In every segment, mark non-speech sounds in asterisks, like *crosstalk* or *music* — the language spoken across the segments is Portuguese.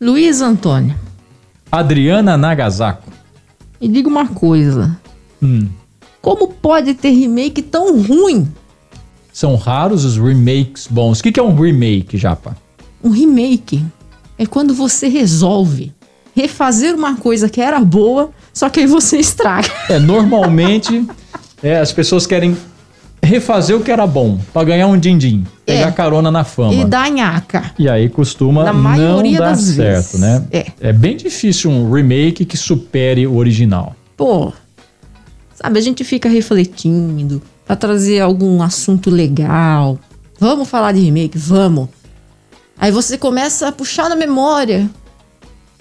Luiz Antônio, Adriana Nagasako. me diga uma coisa. Hum. Como pode ter remake tão ruim? São raros os remakes bons. O que, que é um remake, Japa? Um remake é quando você resolve refazer uma coisa que era boa, só que aí você *laughs* estraga. É, normalmente *laughs* é, as pessoas querem refazer o que era bom pra ganhar um din-din, É. pegar carona na fama. E E, dá nhaca. aí costuma Na não maioria dar das certo, vezes. né? É. bem difícil um remake que supere o original. Pô, sabe, a gente fica refletindo pra trazer algum assunto legal. Vamos falar de remake, vamos. Aí você começa a puxar na memória.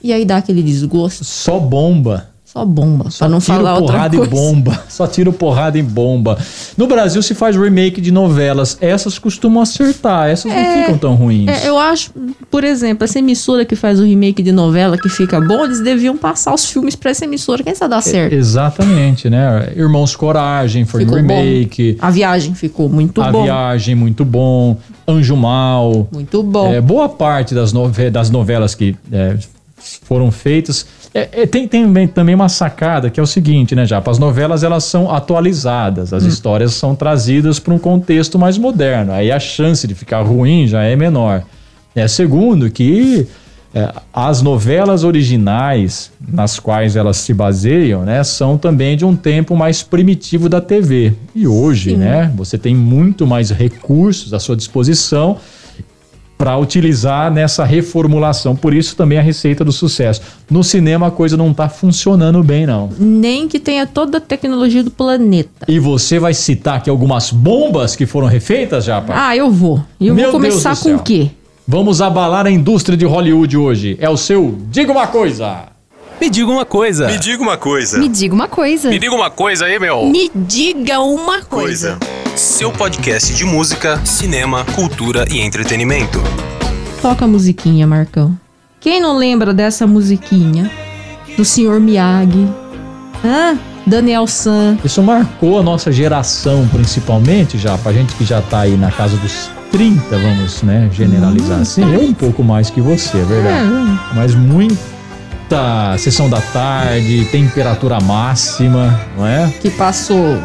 E aí dá aquele desgosto, Só bomba. só bomba, pra não Tiro falar outra porrada coisa. e bomba. *laughs* Só tiro porrada e bomba. No Brasil se faz remake de novelas. Essas costumam acertar. Essas não ficam tão ruins. É, eu acho, por exemplo, essa emissora que faz o remake de novela que fica bom, eles deviam passar os filmes pra essa emissora. Quem É, sabe dá certo? Exatamente, né? Irmãos Coragem foi um Ficou bom. remake. A viagem ficou muito A bom. Viagem, muito bom. Anjo Mal. Muito bom. É, boa parte das, nove- das novelas que é, foram feitas. É, é, tem, tem também uma sacada que é o seguinte, né, Japa? As novelas elas são atualizadas, as histórias são trazidas para um contexto mais moderno. Aí a chance de ficar ruim já é menor. É, segundo, que é, as novelas originais nas quais elas se baseiam, né, são também de um tempo mais primitivo da TV. E hoje, né, você tem muito mais recursos à sua disposição para utilizar nessa reformulação. Por isso também a receita do sucesso. No cinema a coisa não tá funcionando bem não. Nem que tenha toda a tecnologia do planeta. E você vai citar aqui algumas bombas que foram refeitas, Japa? Ah, eu vou. E eu Meu vou Deus começar do com céu. o quê? Vamos abalar a indústria de Hollywood hoje. É o seu Diga uma coisa. Me diga uma coisa. Me diga uma coisa. Me diga uma coisa. diga uma coisa aí, meu. Me diga uma coisa. Seu podcast de música, cinema, cultura e entretenimento. Toca a musiquinha, Marcão. Quem não lembra dessa musiquinha? Do Sr. Miyagi? Hã? Daniel San. Isso marcou a nossa geração, principalmente, já, pra gente que já tá aí na casa dos 30, vamos, né, generalizar assim. Eu um pouco mais que você, é verdade. É, Mas muita sessão da tarde, temperatura máxima, não é? que passou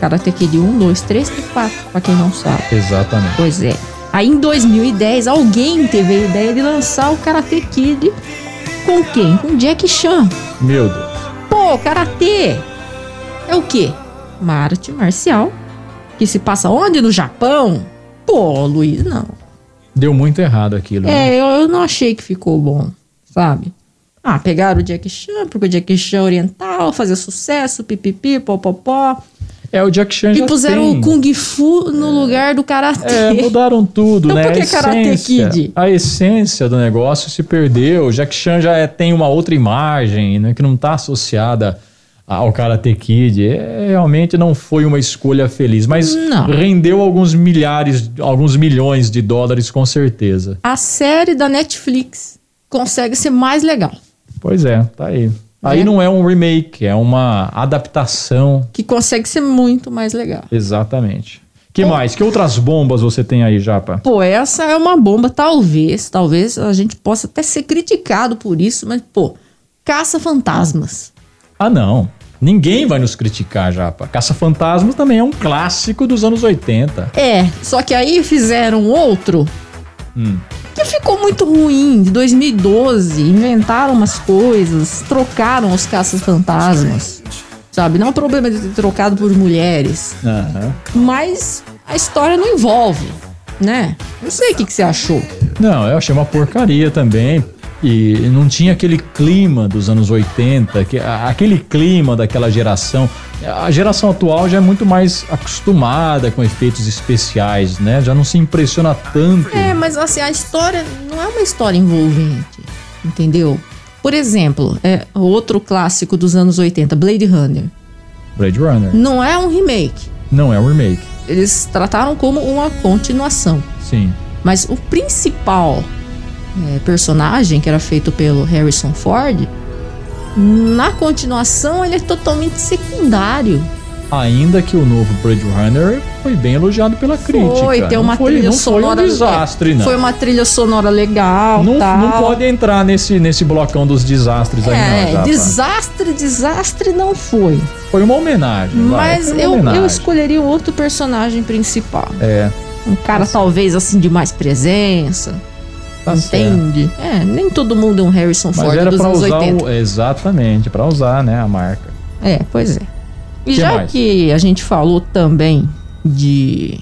Karate Kid 1, 2, 3 e 4, pra quem não sabe. Exatamente. Pois é. Aí em 2010, alguém teve a ideia de lançar o Karate Kid com quem? Com Jack Chan. Meu Deus. Pô, karatê é o quê? Uma arte marcial que se passa onde? No Japão? Pô, Luiz, não. Deu muito errado aquilo. né? É, eu, eu não achei que ficou bom, sabe? Ah, pegaram o Jack Chan, porque o Jack Chan é oriental, fazia sucesso, pipipi, popopó. É, o Jack Chan E já puseram tem. o Kung Fu no lugar do Karatê. É, mudaram tudo, Então né? por que a Karate essência, Kid? A essência do negócio se perdeu. Jack Chan já é- tem uma outra imagem, né? Que não tá associada ao Karate Kid. É, realmente não foi uma escolha feliz, mas Não. rendeu alguns milhares, alguns milhões de dólares com certeza. A série da Netflix consegue ser mais legal. Pois é, tá aí. Aí É. não é um remake, é uma adaptação. Que consegue ser muito mais legal. Exatamente. Que mais? Que outras bombas você tem aí, Japa? Pô, essa é uma bomba, talvez, talvez a gente possa até ser criticado por isso, mas, pô, caça fantasmas. Ah, não. Ninguém vai nos criticar, Japa. Caça-Fantasmas também é um clássico dos anos 80. É, só que aí fizeram outro Hum. que ficou muito ruim, de 2012, inventaram umas coisas, trocaram os caças fantasmas. Sabe, não é um problema de ter trocado por mulheres, mas a história não envolve, né? Não sei o que, que você achou. Não, eu achei uma porcaria também. E não tinha aquele clima dos anos 80, que, a- aquele clima daquela geração. A geração atual já é muito mais acostumada com efeitos especiais, né? Já não se impressiona tanto. É, mas assim, a história não é uma história envolvente, entendeu? Por exemplo, é outro clássico dos anos 80, Blade Runner. Blade Runner. Não é um remake. Não é um remake. Eles trataram como uma continuação. Sim. Mas o principal é, personagem, que era feito pelo Harrison Ford, na continuação ele é totalmente secundário. Ainda que o novo Blade Runner foi bem elogiado pela crítica. Foi, tem Não uma foi, trilha não sonora. Foi um desastre, não. Foi uma trilha sonora legal. não, tal. não pode entrar nesse, nesse blocão dos desastres aí, não. É, Japa. desastre, desastre não foi. Foi uma homenagem. vai, Mas foi uma eu, homenagem. eu escolheria outro personagem principal. É, Um cara, talvez, assim, de mais presença. tá certo. entende? É, nem todo mundo é um Harrison Mas Ford era dos pra anos usar um 80. o, exatamente, pra usar, né, a marca. É, pois é. E Que já mais? que a gente falou também de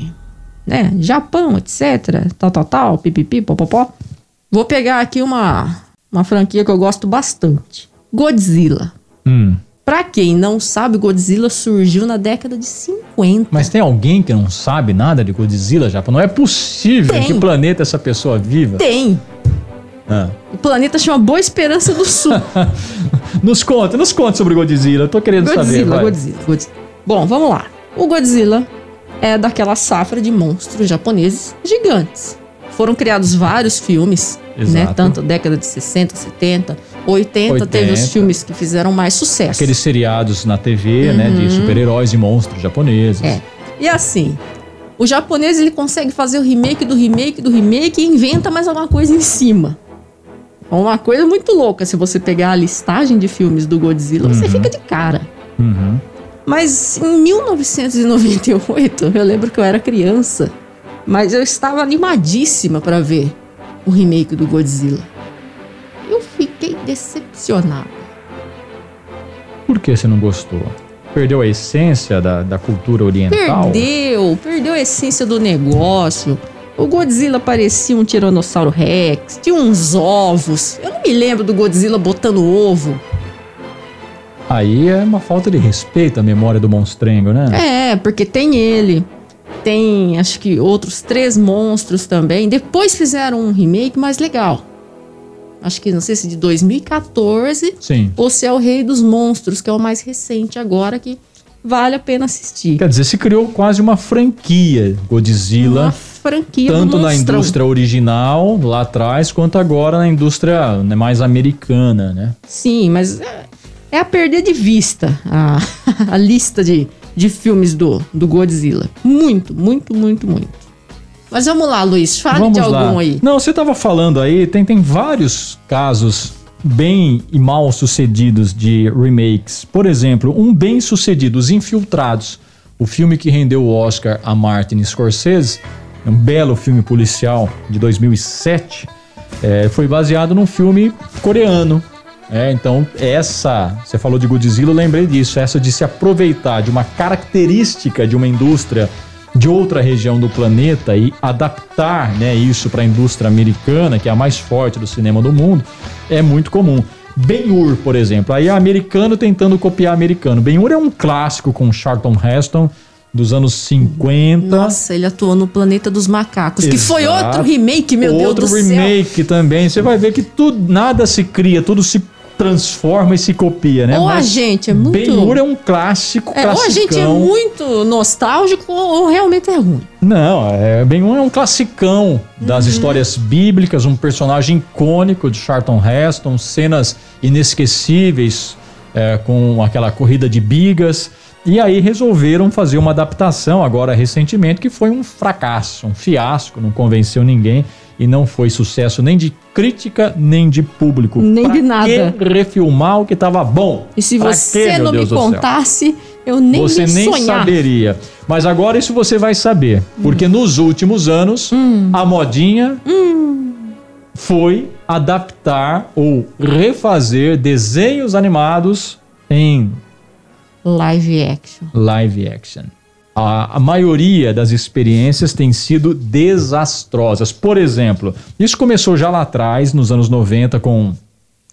né, Japão, etc, tal, tal, tal, pipipi, popopó, vou pegar aqui uma, uma franquia que eu gosto bastante. Godzilla. Hum. Pra quem não sabe, Godzilla surgiu na década de 50. Mas tem alguém que não sabe nada de Godzilla, Japa? Não é possível Tem. que planeta essa pessoa viva. Tem. Ah. O planeta chama Boa Esperança do Sul. Nos conta, nos conta sobre Godzilla. Eu tô querendo saber. Godzilla, vai. Godzilla, Godzilla. Bom, vamos lá. O Godzilla é daquela safra de monstros japoneses gigantes. Foram criados vários filmes, Exato. né? Tanto década de 60, 70, 80, teve 80. os filmes que fizeram mais sucesso. Aqueles seriados na TV, né, de super-heróis e monstros japoneses. Uhum. É. E assim, o japonês ele consegue fazer o remake do remake do remake e inventa mais alguma coisa em cima. É uma coisa muito louca se você pegar a listagem de filmes do Godzilla, você fica de cara. Uhum. Mas em 1998, *laughs* eu lembro que eu era criança, mas eu estava animadíssima para ver o remake do Godzilla. Eu fiquei decepcionada. Por que você não gostou? Perdeu a essência da, da cultura oriental? Perdeu, perdeu a essência do negócio. O Godzilla parecia um Tiranossauro Rex, tinha uns ovos. Eu não me lembro do Godzilla botando ovo. Aí é uma falta de respeito à memória do monstrengo, né? É, porque tem ele. Tem, acho que, outros três monstros também. Depois fizeram um remake mais legal. Acho que, não sei se de 2014 Sim. ou se é o Rei dos Monstros, que é o mais recente agora, que vale a pena assistir. Quer dizer, se criou quase uma franquia Uma Godzilla, franquia tanto do na monstrão. indústria original, lá atrás, quanto agora na indústria né, mais americana, né? Sim, mas é, é a perder de vista a, a *laughs* lista de, de filmes do, do Godzilla. Muito, muito, muito, muito. Mas vamos lá, Luiz, fale de algum aí. Não, você estava falando aí, tem, tem vários casos bem e mal sucedidos de remakes. Por exemplo, um bem sucedido, Os Infiltrados, o filme que rendeu o Oscar a Martin Scorsese, é um belo filme policial de 2007, é, foi baseado num filme coreano. É, então, essa, você falou de Godzilla, eu lembrei disso, essa de se aproveitar de uma característica de uma indústria de outra região do planeta e adaptar né, isso para a indústria americana, que é a mais forte do cinema do mundo, é muito comum. Ben-Hur, por exemplo, aí é americano tentando copiar americano. Ben-Hur é um clássico com Charlton Heston dos anos 50. Nossa, ele atuou no Planeta dos Macacos, que foi tá. Exato. outro remake, meu Outro Deus do céu. remake também. Você vai ver que tudo, nada se cria, tudo se transforma e se copia, né? ou a Mas gente é muito. Ben-Hur é um clássico, É, ou a gente é classicão. muito nostálgico, ou ou realmente é ruim. Não, é bem um é um classicão das Uhum. histórias bíblicas, um personagem icônico de Charlton Heston, cenas inesquecíveis é, com aquela corrida de bigas. E aí resolveram fazer uma adaptação agora recentemente que foi um fracasso, um fiasco, não convenceu ninguém e não foi sucesso nem de crítica nem de público. Nem Pra de nada. Que refilmar o que estava bom. E se Pra você quê, meu não me Deus do céu? contasse, eu nem você ia nem sonhar. saberia. Mas agora isso você vai saber. Porque nos últimos anos, Hum. a modinha foi adaptar ou refazer desenhos animados em Live action. live action. A, a maioria das experiências tem sido desastrosas. Por exemplo, isso começou já lá atrás, nos anos 90, com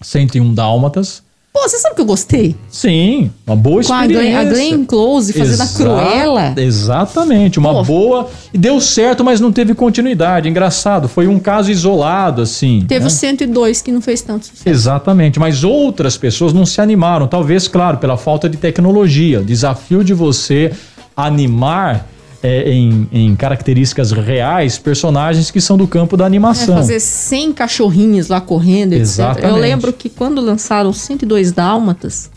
101 Dálmatas. Pô, você sabe que eu gostei? Sim, uma boa Com a Glenn, experiência. a Glenn Close fazendo Exa- a Cruella. Exatamente, uma Pô. boa. E deu certo, mas não teve continuidade. Engraçado, foi um caso isolado, assim. Teve né? o 102 que não fez tanto sucesso. Exatamente, mas outras pessoas não se animaram. Talvez, claro, pela falta de tecnologia. O desafio de você animar é, em, em características reais personagens que são do campo da É, animação. fazer 100 cachorrinhos lá correndo, etc. Eu Exatamente. lembro que quando lançaram os 102 Dálmatas,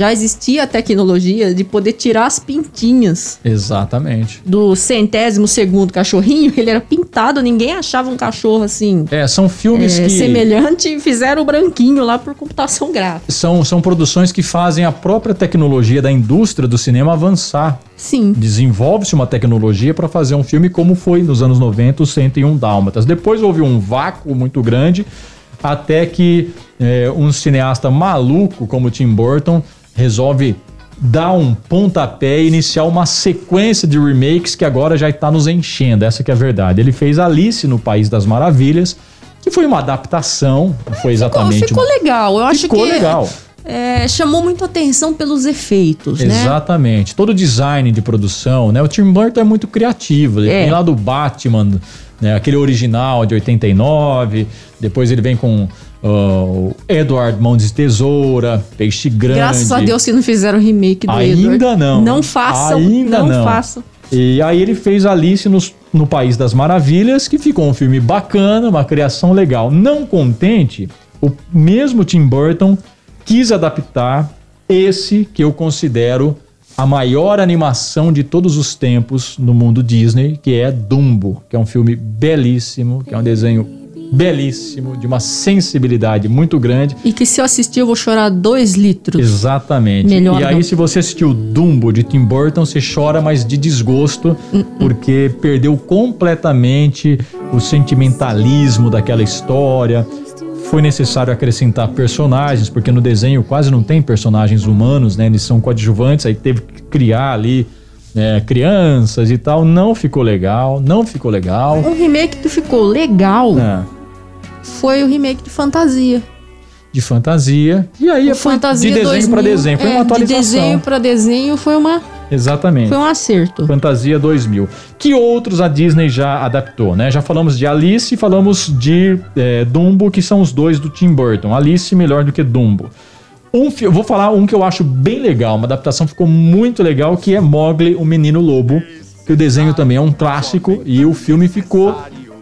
Já existia a tecnologia de poder tirar as pintinhas Exatamente. do centésimo segundo cachorrinho. *laughs* Ele era pintado, ninguém achava um cachorro assim É, são filmes é, que. semelhante e fizeram o branquinho lá por computação gráfica. São, são produções que fazem a própria tecnologia da indústria do cinema avançar. Sim. Desenvolve-se uma tecnologia para fazer um filme como foi nos anos 90, o 101 Dálmatas. Depois houve um vácuo muito grande, até que é, um cineasta maluco como Tim Burton resolve dar um pontapé e iniciar uma sequência de remakes que agora já está nos enchendo. Essa que é a verdade. Ele fez Alice no País das Maravilhas, que foi uma adaptação, não foi Ficou, exatamente ficou uma- legal. Eu acho Ficou que legal. é, chamou muito atenção pelos efeitos, né? Exatamente. Todo o design de produção, né? O Tim Burton é muito criativo. Ele É. vem lá do Batman, né? aquele original de 89. Depois ele vem com ah, o Edward Mão de Tesoura, Peixe Grande. Graças a Deus que não fizeram o remake do Ainda Edward. não. Não façam. Ainda não, não. façam. E aí ele fez Alice nos- no País das Maravilhas, que ficou um filme bacana, uma criação legal. Não contente, o mesmo Tim Burton quis adaptar esse que eu considero a maior animação de todos os tempos no mundo Disney, que é Dumbo, que é um filme belíssimo, que é um desenho belíssimo, de uma sensibilidade muito grande. E que se eu assistir eu vou chorar dois litros. Exatamente. Melhor e aí, não. se você assistiu Dumbo de Tim Burton, você chora, mas de desgosto, Hum, porque perdeu completamente o sentimentalismo daquela história. Foi necessário acrescentar personagens, porque no desenho quase não tem personagens humanos, né? Eles são coadjuvantes, aí teve que criar ali né, crianças e tal. Não ficou legal, não ficou legal. Um remake que ficou legal né, foi o remake de Fantasia. De fantasia. E aí O foi Fantasia de desenho 2000, para desenho. Foi é, uma De desenho atualização. para desenho foi, uma, Exatamente. foi um acerto. Fantasia 2000. Que outros a Disney já adaptou, né? Já falamos de Alice e falamos de eh, Dumbo, que são os dois do Tim Burton. Alice melhor do que Dumbo. Um, fi- eu vou falar um que eu acho bem legal, uma adaptação que ficou muito legal, que é Mowgli, o Menino Lobo. Que o desenho também é um clássico e o filme ficou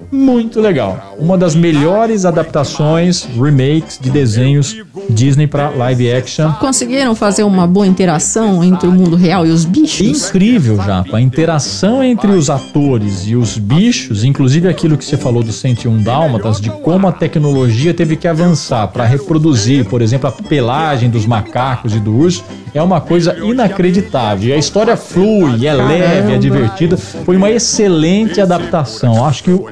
muito legal. Uma das melhores adaptações, remakes de desenhos Disney para live action. Conseguiram fazer uma boa interação entre o mundo real e os bichos? Incrível, Japa. A interação entre os atores e os bichos, inclusive aquilo que você falou do 101 Dálmatas, de como a tecnologia teve que avançar para reproduzir, por exemplo, a pelagem dos macacos e do urso, é uma coisa inacreditável. E a história flui, é leve, é divertida. Foi uma excelente adaptação. Acho que o-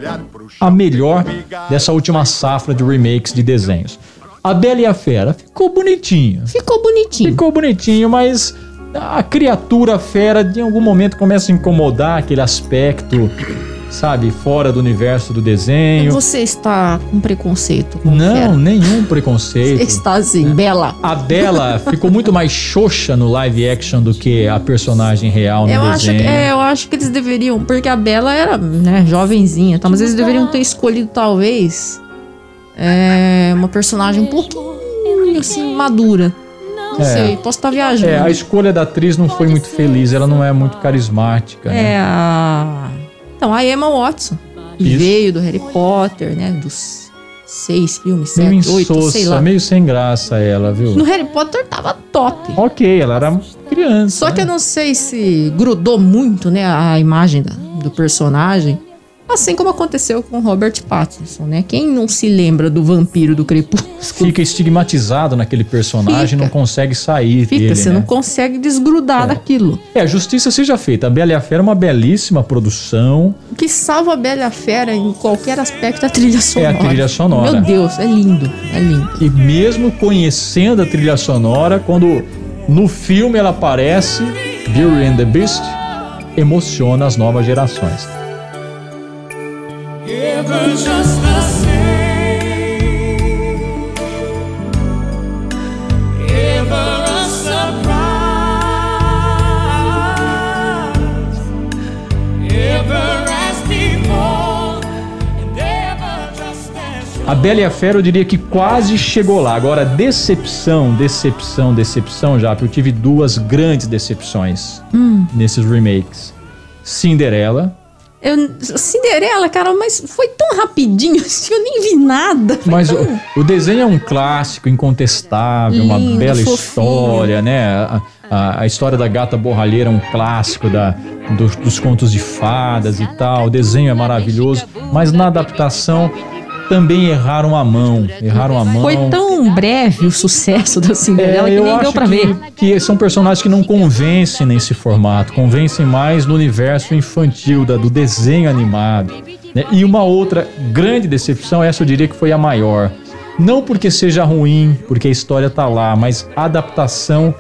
a melhor dessa última safra de remakes de desenhos. A Bela e a Fera ficou bonitinha. Ficou bonitinho. Ficou bonitinho, mas a criatura fera de algum momento começa a incomodar aquele aspecto, sabe, fora do universo do desenho. Você está com preconceito. com Não, É. fera. nenhum preconceito. Está assim, bela. A Bela ficou muito mais xoxa no live action do que a personagem real no Eu acho, Um desenho. que, é, eu acho que eles deveriam, porque a Bela era, né, jovenzinha, tá? mas eles deveriam ter escolhido, talvez, é, uma personagem um pouquinho, assim, madura. Não É. sei, posso estar viajando. É, a escolha da atriz não foi muito feliz, ela não é muito carismática. né? É a. Então, a Emma Watson. que Isso. Veio do Harry Potter, né? Dos seis filmes, Meio sete, oito, sei insossa, lá. meio sem graça ela, viu? No Harry Potter tava top. Ok, ela era criança. Só que eu né? não sei se grudou muito, né? A imagem da- do personagem. Assim como aconteceu com Robert Pattinson, né? Quem não se lembra do vampiro do crepúsculo? *laughs* Fica estigmatizado naquele personagem, Fica. não consegue sair Fica, dele, você né? não consegue desgrudar daquilo. É, a justiça seja feita. A Bela e a Fera é uma belíssima produção. O que salva a Bela e a Fera em qualquer aspecto é a trilha É sonora. a trilha sonora. Meu Deus, é lindo, é lindo. E mesmo conhecendo a trilha sonora, quando no filme ela aparece, Beauty and the Beast, emociona as novas gerações. A Bela e a Fera eu diria que quase chegou lá. Agora, decepção, decepção, decepção já, porque eu tive Hum. duas grandes decepções nesses remakes. Cinderela, Eu, Cinderela, cara, mas foi tão rapidinho *laughs* assim, eu nem vi nada. Foi Mas tão... o, o desenho é um clássico, incontestável, uma Lindo, bela fofinho. história, né? A, a- a história da gata borralheira é um clássico da, dos, dos contos de fadas e tal. O desenho é maravilhoso, mas na adaptação também erraram a mão. Erraram a mão. Foi tão breve o sucesso da Cinderela que É, eu nem acho deu pra que, ver. que são personagens que não convencem nesse formato, convencem mais no universo infantil, da, do desenho animado. né? E uma outra grande decepção, essa eu diria que foi a maior. Não porque seja ruim, porque a história tá lá, mas a adaptação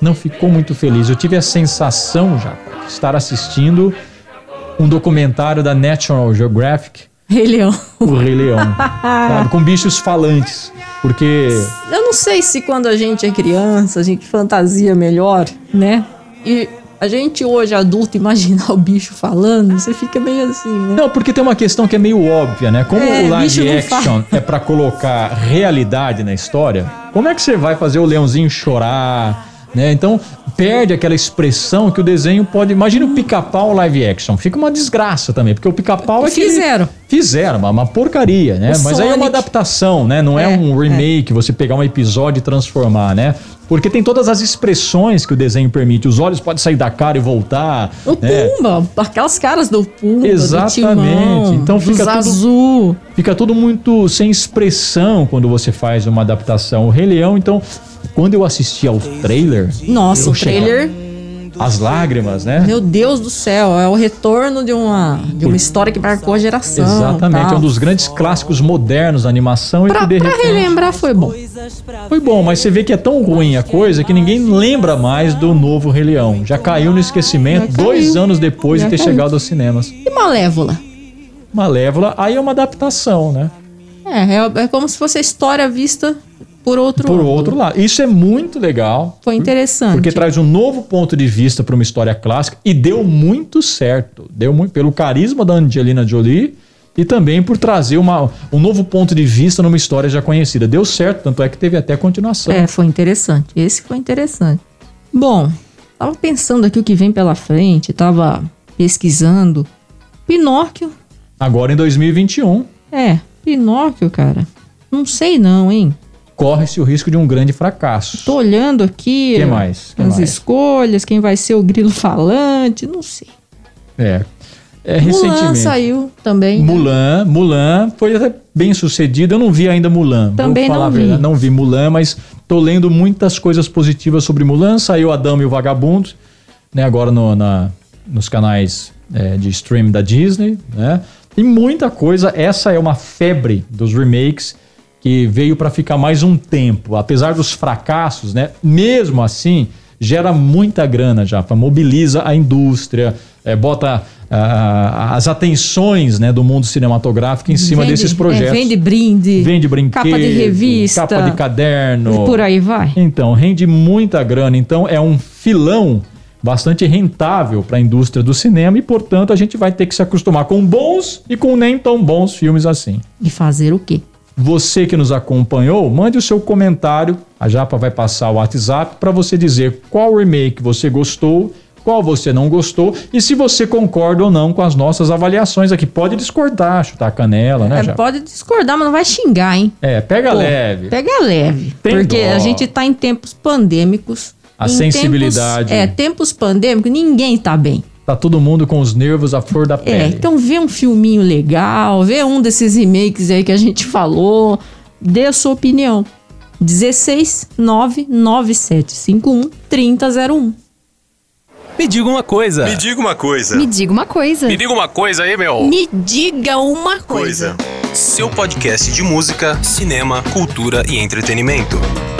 não ficou muito feliz. Eu tive a sensação já de estar assistindo um documentário da National Geographic, Rei Leão. O *laughs* Rei Leão, sabe? com bichos falantes, porque Eu não sei se quando a gente é criança, a gente fantasia melhor, né? E a gente hoje adulto imaginar o bicho falando, você fica meio assim, né? Não, porque tem uma questão que é meio óbvia, né? Como É, o bicho live não action é pra colocar realidade na história, como é que você vai fazer o leãozinho chorar, né? Então perde aquela expressão que o desenho pode. Imagina Hum. o pica-pau live action, fica uma desgraça também, porque o pica-pau é que Fizeram. fizeram uma, uma porcaria, né? O Mas aí é uma Sonic. adaptação, né? Não é, É, um é. remake, você pegar um episódio e transformar, né? Porque tem todas as expressões que o desenho permite. Os olhos podem sair da cara e voltar. O né? Pumba, aquelas caras do Pumba, Exatamente. do Timão, Então do fica tudo- Zazu. fica tudo muito sem expressão quando você faz uma adaptação. O Rei Leão, então, quando eu assisti ao trailer, Nossa, o chego- trailer, as lágrimas, né? meu Deus do céu, é o retorno de uma, de uma história que marcou a geração. Exatamente, tal. é um dos grandes clássicos modernos da animação e Ah, tá. Pra, que de pra repente relembrar foi bom. foi bom, mas você vê que é tão ruim a coisa que ninguém lembra mais do novo Rei Leão. Já caiu no esquecimento Já dois caiu. anos depois Já de ter caiu. chegado aos cinemas. E Malévola? Malévola, aí é uma adaptação, né? É, é, é como se fosse a história vista por outro Por ângulo. outro lado. Isso é muito legal. Foi interessante. Porque traz um novo ponto de vista para uma história clássica e deu muito certo. Deu muito pelo carisma da Angelina Jolie e também por trazer uma, um novo ponto de vista numa história já conhecida. Deu certo, tanto é que teve até continuação. É, foi interessante. Esse foi interessante. Bom, tava pensando aqui o que vem pela frente, tava pesquisando. Pinóquio. Agora em 2021, É, Pinóquio, cara. Não sei não, hein? corre-se o risco de um grande fracasso. Tô olhando aqui Que mais? Que as mais? escolhas, quem vai ser o grilo *laughs* falante, não sei. É. É, Mulan recentemente. saiu também. né? Mulan, Mulan foi até bem sucedido. Eu não vi ainda Mulan. vou Também falar não a vi. verdade, Não vi Mulan, mas tô lendo muitas coisas positivas sobre Mulan. Saiu A Dama e o Vagabundo, né? Agora no- na- nos canais é, de stream da Disney, né? E muita coisa. Essa é uma febre dos remakes que veio para ficar mais um tempo. Apesar dos fracassos, né? Mesmo assim, gera muita grana já, mobiliza a indústria, é, bota ah, as atenções né, do mundo cinematográfico em cima Vende- desses projetos. é, vende vende, brinde. brinquedo, Capa de revista. capa de caderno. E por aí vai. Então, rende muita grana. Então, é um filão bastante rentável para a indústria do cinema e, portanto, a gente vai ter que se acostumar com bons e com nem tão bons filmes assim. E fazer o quê? Você que nos acompanhou, mande o seu comentário. A Japa vai passar o WhatsApp para você dizer qual remake você gostou, qual você não gostou e se você concorda ou não com as nossas avaliações aqui. Pode discordar, chutar a canela, né, É, Japa? pode discordar, mas não vai xingar, hein? É, pega Pô, leve. Pega leve. Tem porque dó. a gente tá em tempos pandêmicos. A em sensibilidade. Tempos, é, tempos pandêmicos, ninguém tá bem. Tá todo mundo com os nervos à flor da É, pele. então vê um filminho legal, vê um desses remakes aí que a gente falou, dê a sua opinião. 16 99751 3001. Me diga uma coisa. Me diga uma coisa. Me diga uma coisa. Me diga uma coisa aí, meu. Me diga uma Seu podcast de música, cinema, cultura e entretenimento.